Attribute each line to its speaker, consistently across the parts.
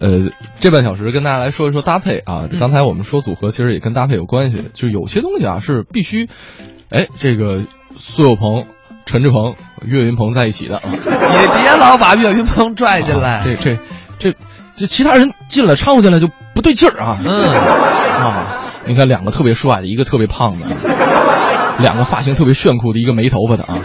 Speaker 1: 呃，这半小时跟大家来说一说搭配啊。
Speaker 2: 嗯
Speaker 1: 刚才我们说组合，其实也跟搭配有关系。就有些东西啊是必须，哎，这个苏有朋、陈志朋、岳云鹏在一 起的啊。
Speaker 2: 你别老把岳云鹏拽进来。
Speaker 1: 啊这这这这其他人进来掺和进来就不对劲儿啊。
Speaker 2: 嗯，
Speaker 1: 啊，你看两个特别帅的，一个特别胖的，两个发型特别炫酷的，一个没头发的啊。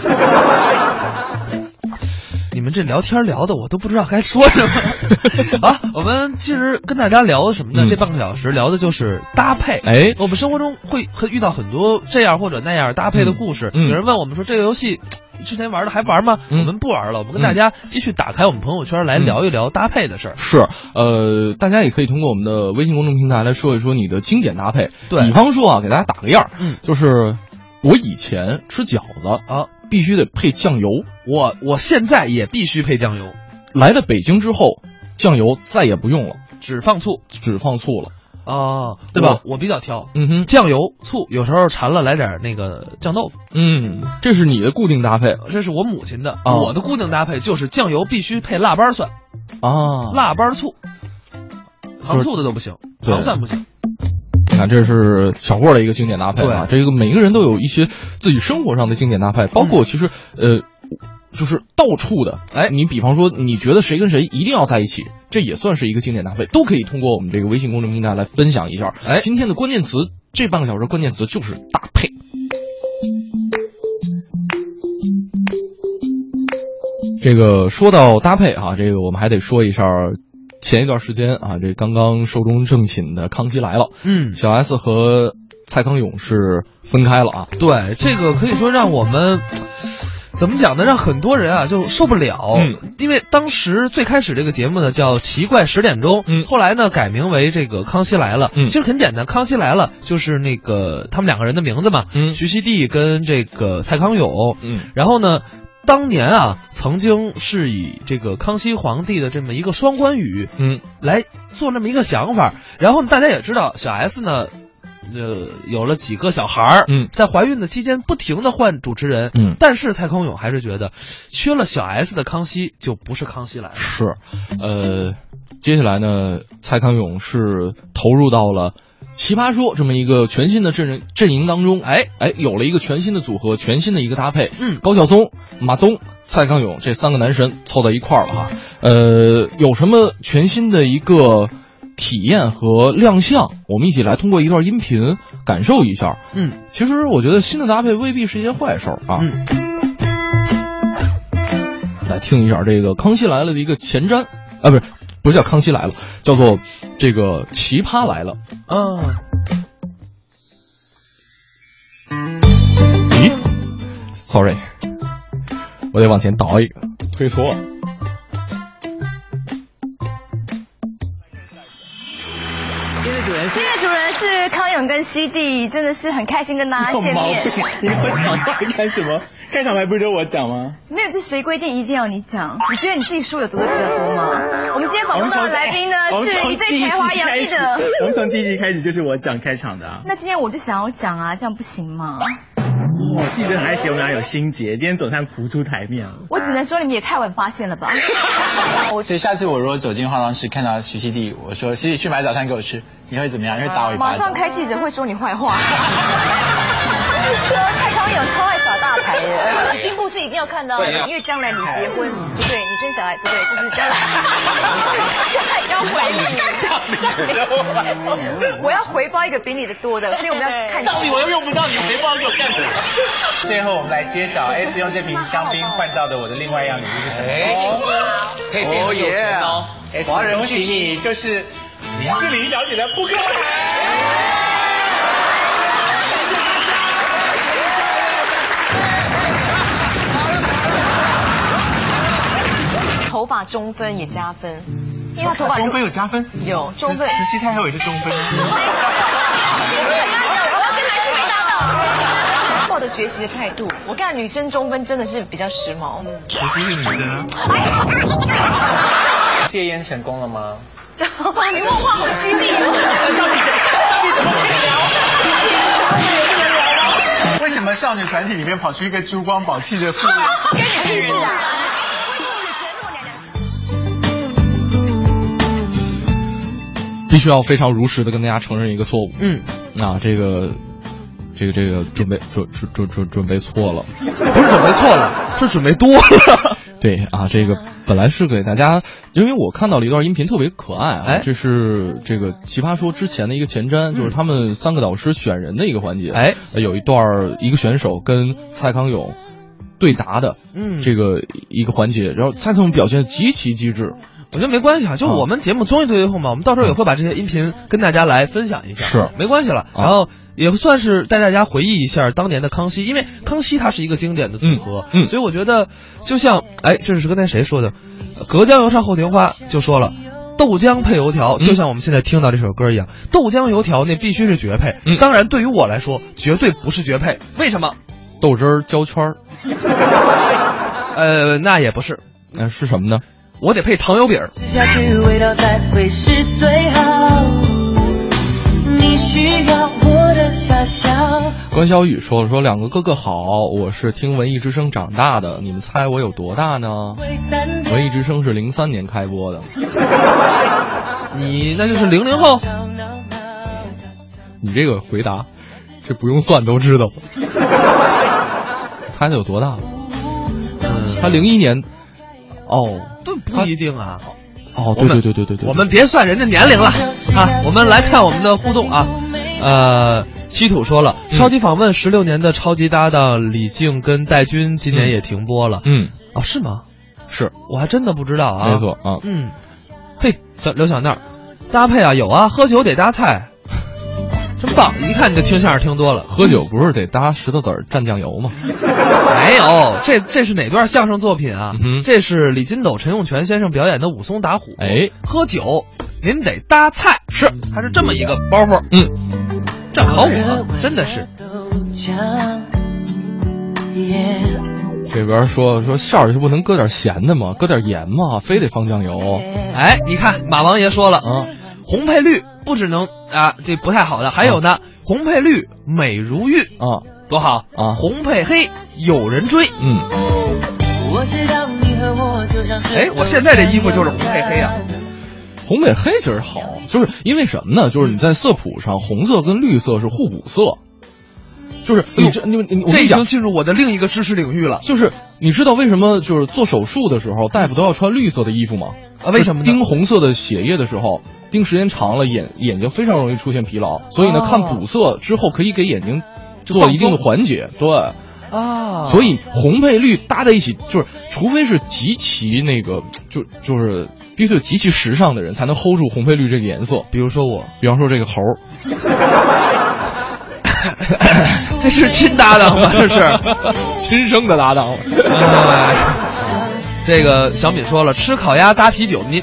Speaker 2: 你们这聊天聊的我都不知道该说什 么啊！我们其实跟大家聊的什么呢？
Speaker 1: 嗯
Speaker 2: 这半个小时聊的就是搭配。
Speaker 1: 哎，
Speaker 2: 我们生活中会很遇到很多这样或者那样搭配的故事。
Speaker 1: 嗯嗯
Speaker 2: 有人问我们说这个游戏嘖之前玩的还玩吗？
Speaker 1: 嗯
Speaker 2: 我们不玩了，我们跟大家继续打开我们朋友圈来聊一聊搭配的事儿。
Speaker 1: 是，呃，大家也可以通过我们的微信公众平台来说一说你的经典搭配。
Speaker 2: 对
Speaker 1: 比方说啊，给大家打个样儿，
Speaker 2: 嗯
Speaker 1: 就是我以前吃饺子
Speaker 2: 啊，
Speaker 1: 必须得配酱油，
Speaker 2: 我我现在也必须配酱油，
Speaker 1: 来到北京之后，酱油再也不用了，
Speaker 2: 只放醋
Speaker 1: 只放醋了。
Speaker 2: 啊，
Speaker 1: 对吧
Speaker 2: 我？我比较挑。
Speaker 1: 嗯哼，
Speaker 2: 酱油、醋，有时候馋了来点那个酱豆腐，
Speaker 1: 嗯，这是你的固定搭配
Speaker 2: 这是我母亲的。
Speaker 1: 哦
Speaker 2: 我的固定搭配就是酱油必须配腊八蒜，
Speaker 1: 啊。
Speaker 2: 腊八醋，糖醋的都不行，
Speaker 1: 对
Speaker 2: 糖蒜不行。
Speaker 1: 你啊看，这是小霍的一个经典搭配啊。这个每个人都有一些自己生活上的经典搭配，包括其实、呃，就是到处的。哎，你比方说，你觉得谁跟谁一定要在一起，这也算是一个经典搭配，都可以通过我们这个微信公众平台来分享一下。
Speaker 2: 哎
Speaker 1: 今天的关键词，这半个小时关键词就是搭配。这个说到搭配啊，这个我们还得说一下，前一段时间啊，这刚刚寿终正寝的《康熙来了》，
Speaker 2: 嗯，
Speaker 1: 小 S 和蔡康永是分开了啊。
Speaker 2: 对，这个可以说让我们。怎么讲呢？让很多人啊就受不了，
Speaker 1: 嗯
Speaker 2: 因为当时最开始这个节目呢叫《奇怪十点钟》，
Speaker 1: 嗯
Speaker 2: 后来呢改名为这个《康熙来了》。
Speaker 1: 嗯
Speaker 2: 其实很简单，《康熙来了》就是那个他们两个人的名字嘛，
Speaker 1: 嗯
Speaker 2: 徐熙娣跟这个蔡康永。
Speaker 1: 嗯
Speaker 2: 然后呢，当年啊，曾经是以这个康熙皇帝的这么一个双关语
Speaker 1: 嗯
Speaker 2: 来做那么一个想法。然后呢，大家也知道，小 S 呢，呃，有了几个小孩儿，
Speaker 1: 嗯
Speaker 2: 在怀孕的期间不停的换主持人。
Speaker 1: 嗯，
Speaker 2: 但是蔡康永还是觉得，缺了小 S 的康熙就不是康熙来了。
Speaker 1: 是，呃，接下来呢，蔡康永是投入到了。奇葩说这么一个全新的阵营阵营当中，哎哎，有了一个全新的组合，全新的一个搭配，
Speaker 2: 嗯
Speaker 1: 高晓松、马东、蔡康永这三个男神凑到一块儿了哈，呃，有什么全新的一个体验和亮相？我们一起来通过一段音频感受一下。
Speaker 2: 嗯
Speaker 1: 其实我觉得新的搭配未必是一件坏事儿啊。
Speaker 2: 嗯，
Speaker 1: 来听一下这个《康熙来了》的一个前瞻啊，不是不是叫《康熙来了》，叫做这个《奇葩来了》。
Speaker 2: 啊，
Speaker 1: 咦，sorry，我得往前倒一个，推错了。
Speaker 3: 谢谢主人，
Speaker 4: 新的主人是康永跟西弟，真的是很开心跟大家
Speaker 3: 有
Speaker 4: 见
Speaker 3: 毛病
Speaker 4: 面。！
Speaker 3: 你跟我讲话干什么？开场白不是就我讲吗？
Speaker 4: 没有，这谁规定一定要你讲？你觉得你自己书有读的比较多吗？我们今天访问到的来宾呢，
Speaker 3: 我们
Speaker 4: 啊是
Speaker 3: 从
Speaker 4: 一对才华洋溢的。
Speaker 3: 我们从第一集开始就是我讲开场的啊。
Speaker 4: 那今天我就想要讲啊，这样不行吗？
Speaker 3: 我
Speaker 1: 哦
Speaker 3: 自己真的很爱写，我们俩有心结，今天总算浮出台面了。
Speaker 4: 我只能说你们也太晚发现 了吧。我
Speaker 5: 所以下次我如果走进化妆室看到徐熙娣，我说徐熙去买早餐给我吃，你会怎么样？你会打我一巴
Speaker 4: 啊马
Speaker 5: 掌？
Speaker 4: 上开记者会说你坏 话。蔡康永超爱耍大牌的， 你进步是一定要看到的，
Speaker 5: 啊
Speaker 4: 因为将来你结婚，不对，你生小孩，不对，就是将 来，将来要回 你，我要回报一个比你的多的，所以我们要看你。
Speaker 5: 我又用不到，你回报给我干什么？ 最后我们来揭晓 S 用这瓶香槟换到的我的另外一样礼物是什么？哎配点哦耶！华人恭喜你，就是你是李小姐的扑 克牌。
Speaker 4: 头发中分也加分，因为他头发
Speaker 5: 中分有加分，
Speaker 4: 有中分。
Speaker 5: 慈禧太后也是中分。
Speaker 4: 抱着学习的态 度，我看女生中分真的是比较时髦。
Speaker 5: 慈禧是女生。啊戒烟成功了吗？
Speaker 4: 哇，你问话好犀利 哦！
Speaker 5: 为什么少女团体里面跑出一个珠光宝气的妇 女？
Speaker 4: 跟你屁 事啊！
Speaker 1: 必须要非常如实的跟大家承认一个错误。
Speaker 2: 嗯，
Speaker 1: 啊，这个，这个，这个准备准准准准准备错了。
Speaker 2: 不是准备错了，是准备多了。
Speaker 1: 对啊，这个本来是给大家，因为我看到了一段音频特别可爱啊，
Speaker 2: 哎嗯
Speaker 1: 这是这个《奇葩说》之前的一个前瞻，就是他们三个导师选人的一个环节。
Speaker 2: 哎
Speaker 1: 呃，有一段儿一个选手跟蔡康永对答的，
Speaker 2: 嗯
Speaker 1: 这个一个环节，然后蔡康永表现极其机智，
Speaker 2: 我觉得没关系啊，
Speaker 1: 哦
Speaker 2: 就我们节目综艺对对碰嘛，我们到时候也会把这些音频跟大家来分享一下，
Speaker 1: 是哦
Speaker 2: 没关系了。然后也算是带大家回忆一下当年的康熙，因为康熙它是一个经典的组合，
Speaker 1: 嗯嗯
Speaker 2: 所以我觉得就像哎，这是跟那谁说的，隔江犹唱后庭花就说了。豆浆配油条，就像我们现在听到这首歌一样，豆浆油条那必须是绝配。
Speaker 1: 嗯
Speaker 2: 当然，对于我来说，绝对不是绝配。为什么？
Speaker 1: 豆汁儿胶圈儿，
Speaker 2: 呃，那也不是，
Speaker 1: 呃，是什么呢？
Speaker 2: 我得配糖油饼儿。
Speaker 6: 吃下去味道才会是最好。你需要我的傻笑。
Speaker 1: 关小雨说了说两个哥哥好，我是听文艺之声长大的，你们猜我有多大呢？
Speaker 6: 会淡定
Speaker 1: 文艺之声是零三年开播的，
Speaker 2: 你那就是零零后，
Speaker 1: 你这个回答，这不用算都知道。猜猜有多大？他零一年，哦
Speaker 2: 对，不一定啊。
Speaker 1: 哦，
Speaker 2: 我
Speaker 1: 对
Speaker 2: 们
Speaker 1: 对对对对对，
Speaker 2: 我们别算人家年龄了啊，我们来看我们的互动啊。呃，稀土说了，
Speaker 1: 嗯
Speaker 2: 超级访问十六年的超级搭档李静跟戴军今年也停播了。
Speaker 1: 嗯
Speaker 2: 哦，是吗？
Speaker 1: 是
Speaker 2: 我还真的不知道啊。
Speaker 1: 没错。啊，
Speaker 2: 嗯，嘿，小刘小娜儿，搭配啊有啊，喝酒得搭菜， 真棒！一看你就听相声听多了。
Speaker 1: 喝酒不是得搭石头子儿蘸酱油吗？
Speaker 2: 没有，这这是哪段相声作品啊？
Speaker 1: 嗯哼
Speaker 2: 这是李金斗、陈永泉先生表演的武松打虎。
Speaker 1: 哎，
Speaker 2: 喝酒您得搭菜，是，它是这么一个包袱。
Speaker 1: 嗯，
Speaker 2: 这呃考我，真的是。。
Speaker 1: 这边说说馅儿就不能搁点咸的吗？搁点盐吗？非得放酱油？
Speaker 2: 哎，你看马王爷说了，
Speaker 1: 嗯，
Speaker 2: 红配绿不只能啊，这不太好的，还有呢，
Speaker 1: 嗯
Speaker 2: 红配绿美如玉，
Speaker 1: 啊，
Speaker 2: 多好
Speaker 1: 啊
Speaker 2: 红配黑有人追。
Speaker 1: 嗯，
Speaker 6: 我知道你和我就像是
Speaker 2: 哎我现在这衣服就是红配黑啊
Speaker 1: 红北黑其实好，就是因为什么呢？就是你在色谱上，红色跟绿色是互补色，就是你这你你我
Speaker 2: 这
Speaker 1: 跟
Speaker 2: 已
Speaker 1: 你讲
Speaker 2: 经，进入我的另一个知识领域了
Speaker 1: 就是你知道为什么就是做手术的时候大夫都要穿绿色的衣服吗？
Speaker 2: 啊！为什么呢？
Speaker 1: 盯红色的血液的时候，盯时间长了，眼眼睛非常容易出现疲劳，所以呢，
Speaker 2: 哦
Speaker 1: 看补色之后可以给眼睛做一定的缓解。对，
Speaker 2: 啊，
Speaker 1: 所以红配绿搭在一起，就是除非是极其那个，就就是必须得极其时尚的人才能 hold 住红配绿这个颜色。
Speaker 2: 比如说我，
Speaker 1: 比方说这个猴儿，
Speaker 2: 这是亲搭档吗？这是。
Speaker 1: 亲生的搭档。
Speaker 2: 哎， 这个小敏说了，吃烤鸭搭啤酒，您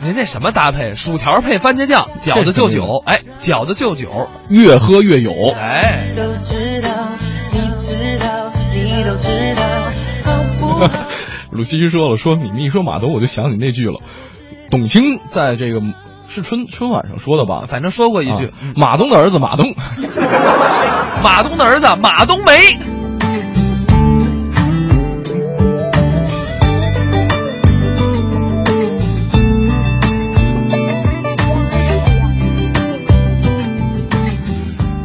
Speaker 2: 您这什么搭配？薯条配番茄酱，饺子就酒。哎，饺子就酒。
Speaker 1: 越喝越有。
Speaker 2: 哎，
Speaker 6: 都知道，你知道，你都知道，好 不好？
Speaker 1: 鲁西西说了，说你们一说马东，我就想起那句了。董卿在这个是春春晚上说的吧？
Speaker 2: 反正说过一句
Speaker 1: 啊，马东的儿子马东。
Speaker 2: 马东的儿子马冬梅。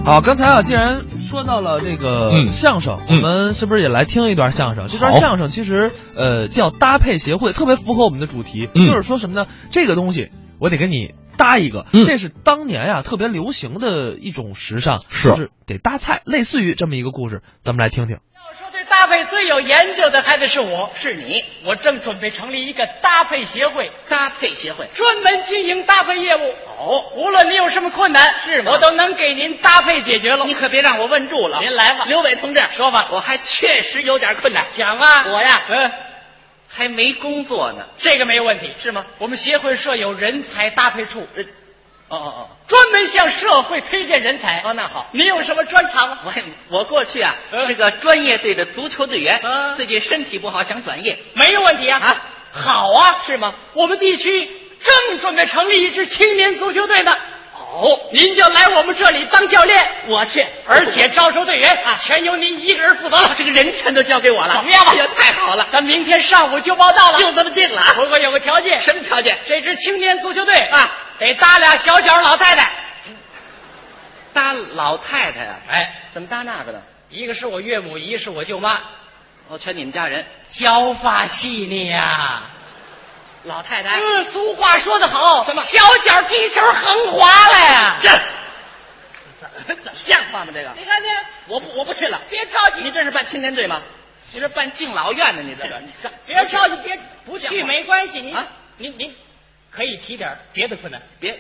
Speaker 2: 好，刚才啊，既然说到了这个
Speaker 1: 嗯
Speaker 2: 相声，
Speaker 1: 嗯
Speaker 2: 我们是不是也来听一段相声？这段
Speaker 1: 好
Speaker 2: 相声其实呃叫搭配协会，特别符合我们的主题，
Speaker 1: 嗯
Speaker 2: 就是说什么呢？这个东西我得跟你搭一个，
Speaker 1: 嗯
Speaker 2: 这是当年呀、特别流行的一种时尚，
Speaker 1: 是
Speaker 2: 就是得搭菜，类似于这么一个故事，咱们来听听。
Speaker 7: 要说对搭配最有研究的，还得是我，是你。我正准备成立一个搭配协会，搭配协会专门经营搭配业务。哦，无论你有什么困难，是我都能给您搭配解决了。你可别让我问住了，您来吧，刘伟同志，说吧。我还确实有点困难，讲啊，我呀，嗯。还没工作呢，这个没问题，是吗？我们协会设有人才搭配处，哦哦哦，专门向社会推荐人才。哦，那好，你有什么专长吗？我我过去啊、是个专业队的足球队员，最近身体不好，想转业。啊没有问题啊啊，好啊，是吗？我们地区正准备成立一支青年足球队呢。哦，您就来我们这里当教练，我去，而且招收队员啊，全由您一个人负责了，这个人全都交给我了，怎么样吧？也太好了，咱明天上午就报到了，就这么定了。不过有个条件，什么条件？这支青年足球队啊，得搭俩小脚老太太。
Speaker 8: 搭老太太啊？
Speaker 7: 哎，
Speaker 8: 怎么搭那个呢？
Speaker 7: 一个是我岳母，一个是我舅妈，
Speaker 8: 哦，全你们家人。
Speaker 7: 脚法细腻呀、
Speaker 8: 老太太，
Speaker 7: 嗯，俗话说得好，
Speaker 8: 怎么
Speaker 7: 小脚踢球横滑了呀？
Speaker 8: 这这像话吗？这个，
Speaker 7: 你看见？
Speaker 8: 我不我不去了。
Speaker 7: 别着急，
Speaker 8: 你这是办青年队吗？你这办敬老院呢？你 这个，你这
Speaker 7: 别着急，别
Speaker 8: 不像话
Speaker 7: 去没关系，您、
Speaker 8: 啊
Speaker 7: 您您可以提点别的困难，
Speaker 8: 别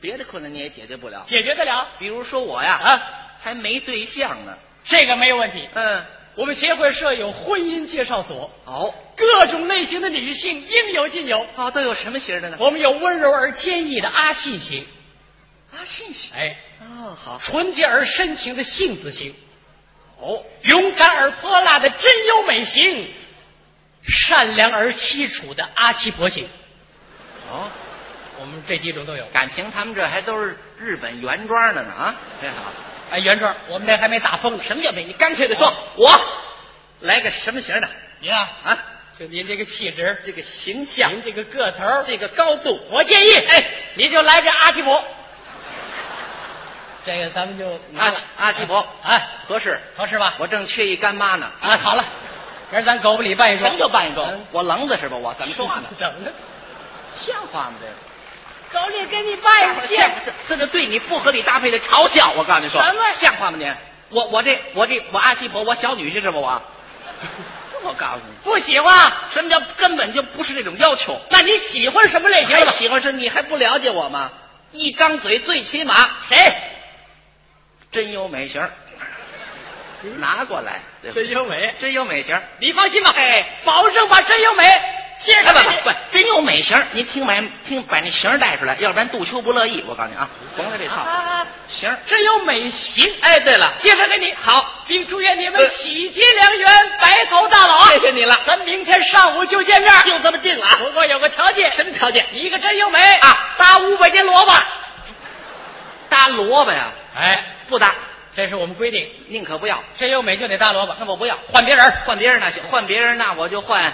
Speaker 8: 别的困难你也解决不了。
Speaker 7: 解决得了
Speaker 8: 比如说我呀，
Speaker 7: 啊，
Speaker 8: 还没对象呢。
Speaker 7: 这个没有问题。
Speaker 8: 嗯，
Speaker 7: 我们协会设有婚姻介绍所，
Speaker 8: 哦，
Speaker 7: 各种类型的女性应有尽有。
Speaker 8: 哦，都有什么型的呢？
Speaker 7: 我们有温柔而坚毅的阿信型，
Speaker 8: 啊，是是。
Speaker 7: 哎，
Speaker 8: 哦，好。
Speaker 7: 纯洁而深情的杏子型，哦，勇敢而泼辣的真优美型，善良而凄楚的阿七婆型，
Speaker 8: 哦，
Speaker 7: 我们这几种都有。
Speaker 8: 感情他们这还都是日本原装的呢啊！真好，
Speaker 7: 哎，袁壮，我们这还没打风呢，什么叫没？你干脆的说，
Speaker 8: 我哦来个什么型的
Speaker 7: 您啊，
Speaker 8: 啊？
Speaker 7: 就您这个气质，
Speaker 8: 这个形象，
Speaker 7: 您这个个头儿，
Speaker 8: 这个高度，
Speaker 7: 我建议，哎，你就来个阿基伯。这个咱们就
Speaker 8: 阿基阿基伯
Speaker 7: 哎，
Speaker 8: 合适。
Speaker 7: 合适吧？
Speaker 8: 我正缺一干妈呢，
Speaker 7: 啊，好了，明儿咱狗不理办一
Speaker 8: 什
Speaker 7: 桌，
Speaker 8: 么叫办一桌
Speaker 7: 嗯？
Speaker 8: 我棱子是吧？我怎么说话呢？
Speaker 7: 怎么了？
Speaker 8: 像话吗？这个。
Speaker 7: 狗理给你拜
Speaker 8: 不像不是，这是对你不合理搭配的嘲笑。我告诉你说，
Speaker 7: 什么
Speaker 8: 像话吗你？我我这我这我阿基伯，我小女婿是吧？我，我告诉你，
Speaker 7: 不喜欢？
Speaker 8: 什么叫根本就不是那种要求？
Speaker 7: 那你喜欢什么类型
Speaker 8: 还
Speaker 7: 的？
Speaker 8: 喜欢是你还不了解我吗？一张嘴最起码
Speaker 7: 谁？
Speaker 8: 真优美型儿，拿过来，对吧
Speaker 7: 优美，
Speaker 8: 嗯真优美型儿，
Speaker 7: 你放心吧，
Speaker 8: 哎，
Speaker 7: 保证把真优美介
Speaker 8: 哎
Speaker 7: 绍
Speaker 8: 不
Speaker 7: 给
Speaker 8: 不
Speaker 7: 你。
Speaker 8: 不，真优美型儿，您听把听把那型儿带出来，要不然杜秋不乐意。我告诉你啊，甭来这套
Speaker 7: 啊
Speaker 8: 型儿。
Speaker 7: 真优美型，
Speaker 8: 哎，对了，
Speaker 7: 介绍给你。
Speaker 8: 好，
Speaker 7: 并祝愿你们
Speaker 8: 呃
Speaker 7: 喜结良缘，白头到老。
Speaker 8: 谢谢你了
Speaker 7: 咱明天上午就见面。
Speaker 8: 就这么定了啊。
Speaker 7: 不过有个条件，
Speaker 8: 什么条件？
Speaker 7: 一个真优美
Speaker 8: 啊，
Speaker 7: 搭五百斤萝卜。
Speaker 8: 搭萝卜呀？
Speaker 7: 哎，
Speaker 8: 不搭，
Speaker 7: 这是我们规定，
Speaker 8: 宁可不要。
Speaker 7: 真优美就得搭萝卜。
Speaker 8: 那我不要，
Speaker 7: 换别人，
Speaker 8: 换别人那行，换别人那我就换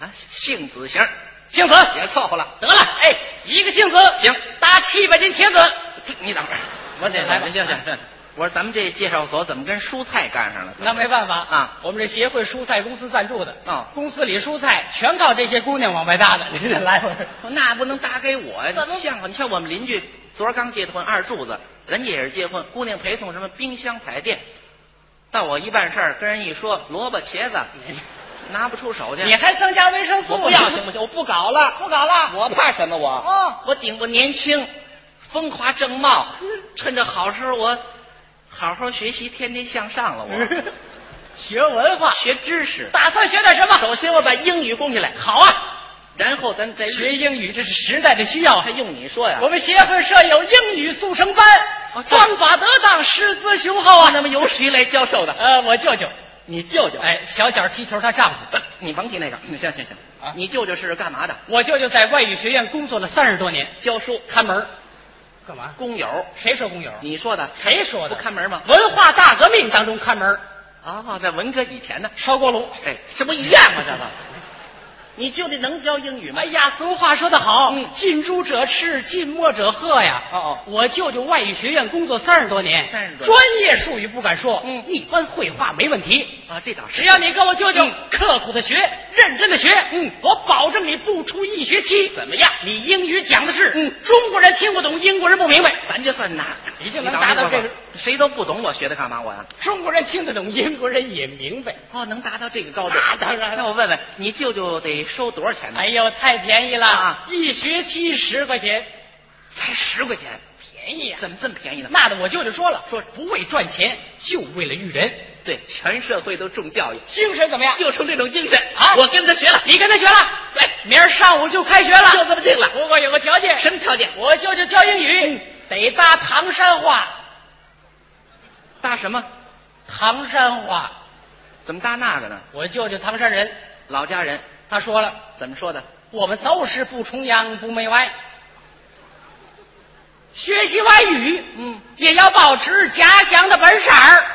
Speaker 8: 啊，杏子型儿
Speaker 7: 幸子
Speaker 8: 也凑合了。
Speaker 7: 得了，哎，一个杏子
Speaker 8: 行
Speaker 7: 搭七百斤茄子。
Speaker 8: 你等会儿，我得
Speaker 7: 来
Speaker 8: 来
Speaker 7: 吧
Speaker 8: 吧。行行行，我说咱们这介绍所怎么跟蔬菜干上了？
Speaker 7: 那没办法
Speaker 8: 啊
Speaker 7: 我们这协会蔬菜公司赞助的
Speaker 8: 哦
Speaker 7: 公司里蔬菜全靠这些姑娘往外搭 的。你得来回，
Speaker 8: 我哦那不能搭给我呀
Speaker 7: 怎么，
Speaker 8: 像话！你像我们邻居昨儿刚结的婚，二柱子，人家也是结婚，姑娘陪送什么冰箱彩电，到我一办事儿，跟人一说萝卜茄子，拿不出手去。
Speaker 7: 你还增加维生素？
Speaker 8: 我不要行不行？我不搞了，
Speaker 7: 不搞了
Speaker 8: 我怕什么我？
Speaker 7: 哦
Speaker 8: 我顶我年轻，风华正茂，趁着好时候我好好学习，天天向上了我。
Speaker 7: 学文化，
Speaker 8: 学知识，
Speaker 7: 打算学点什么？
Speaker 8: 首先我把英语供起来，
Speaker 7: 好 啊，
Speaker 8: 然后咱再
Speaker 7: 学英语这是时代的需要啊
Speaker 8: 还。用你说呀？
Speaker 7: 我们协会设有英语速成班
Speaker 8: 哦，这哦
Speaker 7: 方法得当，师资雄厚啊。
Speaker 8: 那么由谁来教授的？
Speaker 7: 呃，我舅舅，
Speaker 8: 你舅舅。
Speaker 7: 哎，小脚踢球她丈夫。
Speaker 8: 不，你甭提那个，行行行
Speaker 7: 啊，
Speaker 8: 你舅舅是干嘛的？
Speaker 7: 我舅舅在外语学院工作了三十多年，
Speaker 8: 教书，
Speaker 7: 看门儿。干嘛？
Speaker 8: 工友。
Speaker 7: 谁说工友？
Speaker 8: 你说的
Speaker 7: 谁说的？
Speaker 8: 不看门吗？
Speaker 7: 文化大革命当中看门儿，
Speaker 8: 啊，在文革以前呢。
Speaker 7: 烧锅炉。
Speaker 8: 哎，这不一样吗？这个， 你舅舅能教英语吗
Speaker 7: 哎？呀，俗话说得好，
Speaker 8: 嗯
Speaker 7: 近朱者赤，近墨者黑呀。
Speaker 8: 哦哦
Speaker 7: 我舅舅外语学院工作三十多年，
Speaker 8: 30多年
Speaker 7: 专业术语不敢说，
Speaker 8: 嗯
Speaker 7: 一般会话没问题。
Speaker 8: 啊，这倒是。
Speaker 7: 只要你跟我舅舅刻苦的学，认真的学，嗯，我保证你不出一学期。
Speaker 8: 怎么样
Speaker 7: 你英语讲的是，
Speaker 8: 嗯
Speaker 7: 中国人听不懂，英国人不明白；
Speaker 8: 咱就算拿，
Speaker 7: 你就能
Speaker 8: 你等
Speaker 7: 达到
Speaker 8: 会儿
Speaker 7: 这个
Speaker 8: 谁都不懂我学的干嘛我呀？
Speaker 7: 中国人听得懂，英国人也明白。
Speaker 8: 哦，能达到这个高度，
Speaker 7: 那当然了
Speaker 8: 那我问问，你舅舅得收多少钱呢？
Speaker 7: 哎，呦，太便宜了，
Speaker 8: 啊
Speaker 7: 一学期十块钱，
Speaker 8: 才十块钱，
Speaker 7: 便宜啊！
Speaker 8: 怎么这么便宜呢？
Speaker 7: 那的我舅舅说了，说不为赚钱，就为了育人，
Speaker 8: 对，全社会都重教育，
Speaker 7: 精神怎么样？
Speaker 8: 就冲这种精神
Speaker 7: 啊
Speaker 8: 我跟他学了，
Speaker 7: 你跟他学了，对，明儿上午就开学了，
Speaker 8: 就这么定了
Speaker 7: 不过有个条件，
Speaker 8: 什么条件？
Speaker 7: 我舅舅教英
Speaker 8: 嗯
Speaker 7: 语、得搭唐山话，
Speaker 8: 搭什么？
Speaker 7: 唐山话。
Speaker 8: 怎么搭那个呢？
Speaker 7: 我舅舅唐山人，
Speaker 8: 老家人
Speaker 7: 他说了，
Speaker 8: 怎么说的？
Speaker 7: 我们都是不崇洋不媚外，
Speaker 8: 嗯
Speaker 7: 学习外语，嗯，也要保持家乡的本色儿。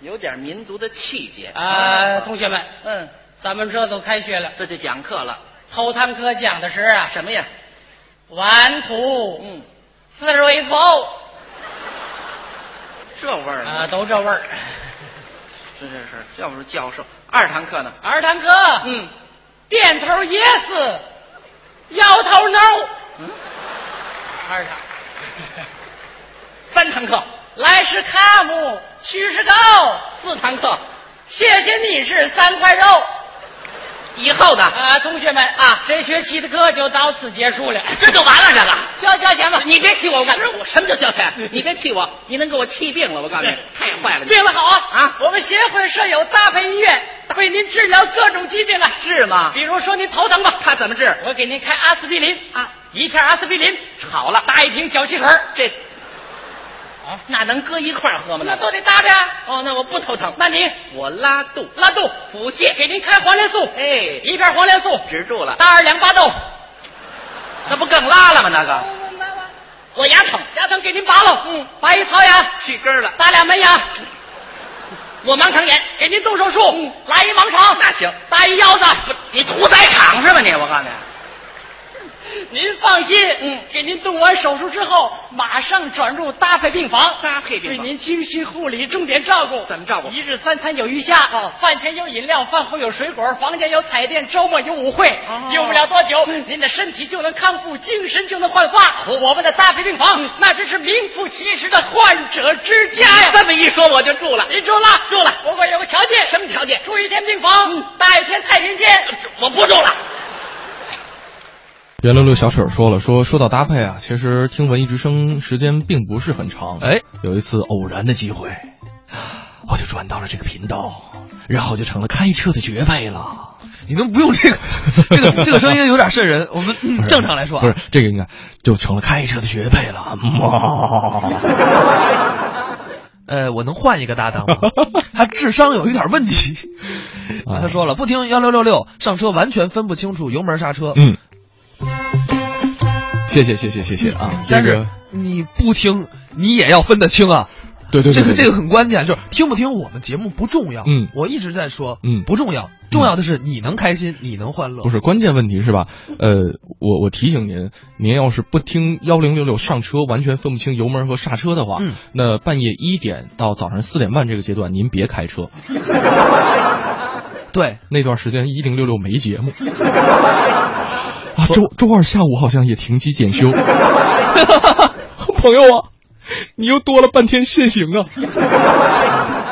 Speaker 8: 有点民族的气节
Speaker 7: 呃，同学们，
Speaker 8: 嗯，
Speaker 7: 咱们这都开学了，
Speaker 8: 这就讲课了。
Speaker 7: 头堂科讲的是啊，
Speaker 8: 什么呀？
Speaker 7: 玩土，
Speaker 8: 嗯，
Speaker 7: 四水头
Speaker 8: 这味儿
Speaker 7: 啊，
Speaker 8: 呢，
Speaker 7: 都这味 儿。
Speaker 8: 嗯是是是，要不是教授，二堂课呢，
Speaker 7: 二堂哥，
Speaker 8: 嗯，
Speaker 7: 点头 yes，摇头 no。
Speaker 8: 嗯，
Speaker 7: 二堂，
Speaker 8: 三堂课，
Speaker 7: 来是卡姆，去是高，
Speaker 8: 四堂课，
Speaker 7: 谢谢你是三块肉。
Speaker 8: 以后的
Speaker 7: 啊，同学们啊，这学期的课就到此结束了。
Speaker 8: 这就完了，这个。
Speaker 7: 交交钱吧，
Speaker 8: 你别气我，我告诉你，
Speaker 7: 我
Speaker 8: 我什么叫交钱？你别气我，你能给我气病了，我告诉你，太坏了，
Speaker 7: 嗯
Speaker 8: 你
Speaker 7: 病了好啊
Speaker 8: 啊
Speaker 7: 我们协会设有大配医院，为您治疗各种疾病啊。
Speaker 8: 是吗
Speaker 7: 比？如说您头疼吧，
Speaker 8: 他怎么治？
Speaker 7: 我给您开阿司匹林
Speaker 8: 啊，
Speaker 7: 一片阿司匹林，
Speaker 8: 好了，
Speaker 7: 搭一瓶脚气水儿，
Speaker 8: 这那能搁一块儿喝吗？
Speaker 7: 啊那都得搭着啊。
Speaker 8: 哦，那我不头疼，
Speaker 7: 那您
Speaker 8: 我拉肚，
Speaker 7: 拉肚，
Speaker 8: 腹泻，
Speaker 7: 给您开黄连素，
Speaker 8: 哎，
Speaker 7: 一片黄连素，
Speaker 8: 止住了，
Speaker 7: 大二两巴豆，
Speaker 8: 那不更拉了吗？那个
Speaker 7: 我牙疼，牙疼给您拔了，嗯，拔一槽牙，
Speaker 8: 去根儿了，
Speaker 7: 搭俩门牙，我盲肠炎，给您动手术，拉一盲肠，
Speaker 8: 嗯那行，
Speaker 7: 搭一腰子，
Speaker 8: 你屠宰场是吧你？我告诉你，
Speaker 7: 您放心，
Speaker 8: 嗯，
Speaker 7: 给您动完手术之后，马上转入搭配病房，
Speaker 8: 搭配病
Speaker 7: 对
Speaker 8: 房
Speaker 7: 您精心护理，重点照顾。
Speaker 8: 怎么照顾
Speaker 7: 一日三餐有鱼虾，
Speaker 8: 哦
Speaker 7: 饭前有饮料，饭后有水果，房间有彩电，周末有舞会。
Speaker 8: 哦
Speaker 7: 用不了多久，您的身体就能康复，精神就能焕发。
Speaker 8: 哦
Speaker 7: 我们的搭配病
Speaker 8: 嗯
Speaker 7: 房，那真是名副其实的患者之家呀。
Speaker 8: 这么一说我就住嗯了，
Speaker 7: 您住了，住了。不过有个条件，
Speaker 8: 什么条件？嗯
Speaker 7: 住一天病房，搭一天太平间。
Speaker 8: 我不住了，
Speaker 1: 袁乐乐小婶儿说了，说说到搭配啊，其实听文艺之声时间并不是很长。
Speaker 2: 哎，
Speaker 1: 有一次偶然的机会，我就转到了这个频道，然后就成了开车的绝配了。
Speaker 2: 你能不用这个，这个这个声音有点瘆人。我们、嗯正常来说啊，
Speaker 1: 不是这个应该就成了开车的绝配了。
Speaker 2: 呃，我能换一个 搭档吗？他智商有一点问题。
Speaker 1: 啊
Speaker 2: 他说了，不听幺六六六，上车完全分不清楚油门刹车。
Speaker 1: 嗯，谢谢谢谢谢谢啊！
Speaker 2: 嗯但
Speaker 1: 这
Speaker 2: 是
Speaker 1: 个
Speaker 2: 你不听，你也要分得清啊。
Speaker 1: 对对对，
Speaker 2: 这个
Speaker 1: 对
Speaker 2: 这个很关键，就是听不听我们节目不重要。
Speaker 1: 嗯
Speaker 2: 我一直在说，
Speaker 1: 嗯
Speaker 2: 不重要，重要的是你能开心，你能欢乐
Speaker 1: 不。是关键问题是吧？呃，我我提醒您，您要是不听幺零六六上车，完全分不清油门和刹车的话，
Speaker 2: 嗯
Speaker 1: 那半夜一点到早上四点半这个阶段，您别开车。
Speaker 2: 对，
Speaker 1: 那段时间一零六六没节 目。啊，周周二下午好像也停机检修。 朋友啊，你又多了半天限行啊。 嗯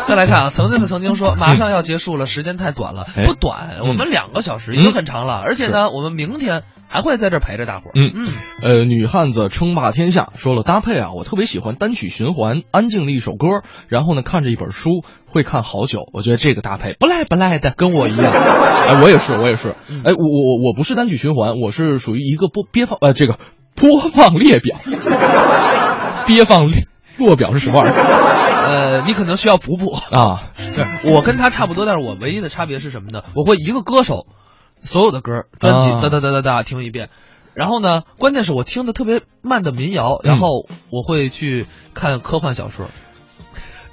Speaker 2: 再来看啊，曾经他曾经说，马上要结束了，时间太短了
Speaker 1: 哎，
Speaker 2: 不短，
Speaker 1: 嗯
Speaker 2: 我们两个小时已经很长了，而且呢，我们明天还会在这儿陪着大伙儿。
Speaker 1: 嗯
Speaker 2: 嗯，
Speaker 1: 呃，女汉子称霸天下说了搭配啊，我特别喜欢单曲循环，安静的一首歌，然后呢看着一本书，会看好久。我觉得这个搭配不赖不赖的，跟我 一样。哎，我也是，我也是。
Speaker 2: 嗯
Speaker 1: 哎，我我我我不是单曲循环，我是属于一个播憋放呃这个播放列 表， 憋放列落表是什么玩意儿
Speaker 2: 呃，你可能需要补补。
Speaker 1: 啊？
Speaker 2: 对，我跟他差不多，但是我唯一的差别是什么呢？我会一个歌手所有的歌专辑
Speaker 1: 啊
Speaker 2: 哒哒哒哒哒听一遍，然后呢，关键是我听的特别慢的民
Speaker 1: 嗯
Speaker 2: 谣，然后我会去看科幻小说，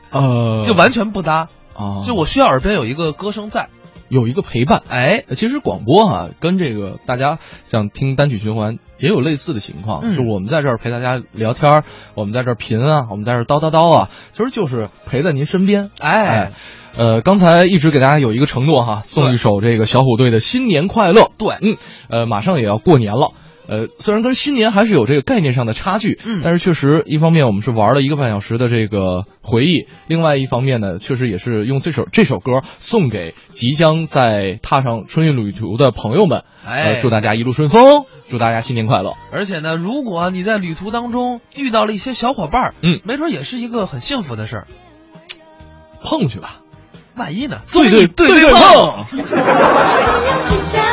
Speaker 1: 呃，
Speaker 2: 就完全不搭。
Speaker 1: 啊，
Speaker 2: 就我需要耳边有一个歌声在，
Speaker 1: 有一个陪伴。
Speaker 2: 哎，
Speaker 1: 呃其实广播哈、跟这个大家像听单曲循环也有类似的情况，
Speaker 2: 嗯
Speaker 1: 就我们在这儿陪大家聊天儿，我们在这儿贫啊，我们在这儿叨叨叨啊，其实就是陪在您身边。
Speaker 2: 哎
Speaker 1: 呃，刚才一直给大家有一个承诺哈，送一首这个小虎队的《新年快乐》。
Speaker 2: 对
Speaker 1: 嗯，呃，马上也要过年了。呃，虽然跟新年还是有这个概念上的差距，
Speaker 2: 嗯
Speaker 1: 但是确实，一方面我们是玩了一个半小时的这个回忆，另外一方面呢，确实也是用这首这首歌送给即将在踏上春运旅途的朋友们，
Speaker 2: 哎
Speaker 1: 呃，祝大家一路顺风，祝大家新年快乐。
Speaker 2: 而且呢，如果你在旅途当中遇到了一些小伙伴儿，
Speaker 1: 嗯
Speaker 2: 没准也是一个很幸福的事儿。
Speaker 1: 碰去吧，
Speaker 2: 万一呢？
Speaker 1: 对对
Speaker 2: 对
Speaker 1: 对碰，
Speaker 2: 碰，
Speaker 6: 吉祥